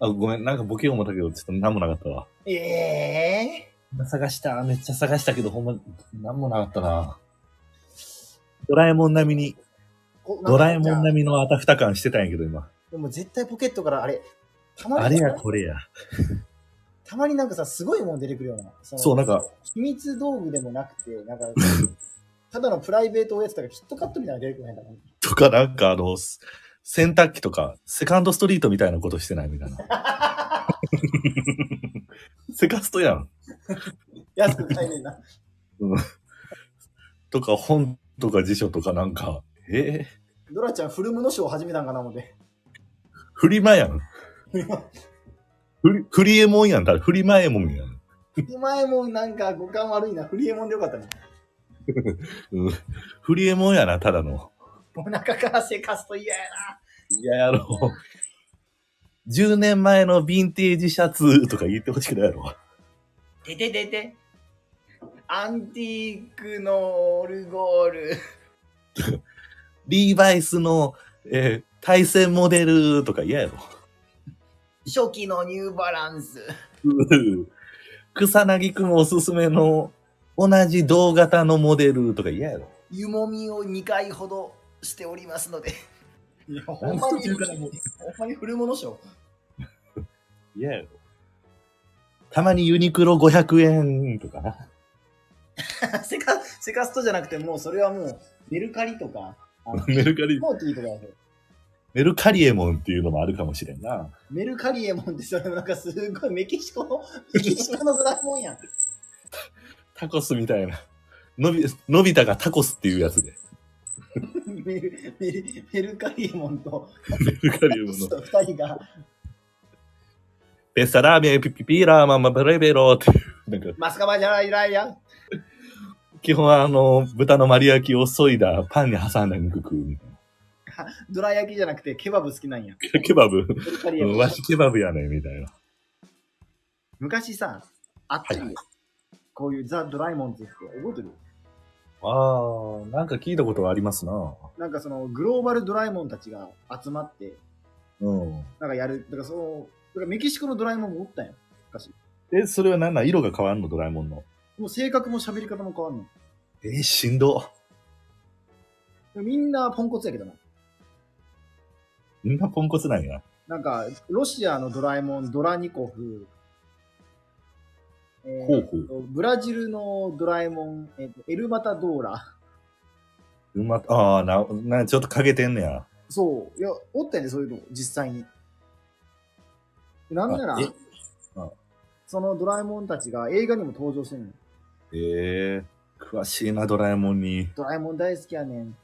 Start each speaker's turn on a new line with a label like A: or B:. A: あ、ごめん、なんかボケ思ったけど、ちょっと何もなかったわ。
B: ええ
A: 探した、めっちゃ探したけど、ほんま、何もなかったな。ドラえもん並みに、
B: こなんか
A: ドラえもん並
B: じゃ
A: みのあたふた感してたんやけど、今。
B: あでも絶対ポケットからあれ、たまに
A: あれやこれや。
B: たまになんかさ、すごいもん出てくるような。その
A: そう、なんか、
B: 秘密道具でもなくて、なんか、ただのプライベートおやつとか、キットカットみたいなの出てくるんだから。
A: とか、なんかあの、す洗濯機とか、セカンドストリートみたいなことしてないみたいな。 セカストやん。
B: 安く買えねえな。
A: とか、本とか辞書とかなんか、えー、
B: ドラちゃん、フルムのショー始めたんかな思って。
A: フリマやん。フリ、フリエモンやん。だフリマエモンやん。
B: お前もなんか五感悪いな。フリエモンでよかったね。
A: うん。フリエモンやな、ただの。
B: お腹からせかすと嫌や
A: いや、やろう。10年前のヴィンテージシャツとか言ってほしくないやろ。
B: な。てててて。アンティークのオルゴール。
A: リーバイスの、えー対戦モデルとか嫌やろ。
B: 初期のニューバランス。
A: うん草薙くんおすすめの同じ同型のモデルとか嫌やろ。
B: 湯もみを2回ほどしておりますので。 いや、ほん
A: ん
B: ま
A: まに、
B: にほんまにフルモノショー。
A: 嫌やろ。たまにユニクロ500円とかな。
B: セカ セカストじゃなくて、もうそれはもう、メルカリとか、あの
A: メルカリ、
B: モーティーとかやで
A: メルカリエモンっていうのもあるかもしれんな。
B: メルカリエモンってそれなんかすごいメキシコの、メキシコのドラえもんやん。
A: タコスみたいな。のび、のび太がタコスっていうやつで。
B: メルメルメルカリエモンと
A: メルカリエモンの。
B: 2人が、
A: ペッサラーメン、ピピピーラーマンマブレベローっていう。なんか、
B: マスカバジャライライラン。
A: 基本はあの、豚の丸焼きを削いだパンに挟んだ肉食うみたい
B: ドラ焼きじゃなくてケバブ好きなんや。
A: な。ケバ ブ。
B: メルカリエ
A: う
B: モ
A: ん
B: ン
A: わしケバブやねんみたいな。
B: 昔さ、あったよ、
A: はい
B: こういうザ・ドラえもんって言って覚えてる
A: ああ、なんか聞いたことはありますな。
B: なんかそのグローバルドラえもんたちが集まって、
A: うん。
B: なんかやる、だからその、だからメキシコのドラえもんもおったんや。
A: え、それは何なん色が変わんのドラえもんの。
B: もう性格も喋り方も変わんの。
A: えーしんど。
B: みんなポンコツやけどな。
A: みんなポンコツなんや。
B: なんか、ロシアのドラえもん、ドラニコフ。えー
A: ほうほう
B: とブラジルのドラえもん、えーとエルマタドーラ。
A: うま、ああ、な、な、ちょっとかけてんねや。
B: そう。いや、おったんで、そういうの、実際に。なんなら
A: あえ、
B: そのドラえもんたちが映画にも登場してんの。
A: ええ詳しいな、ドラえもんに。
B: ドラえもん大好きやねん。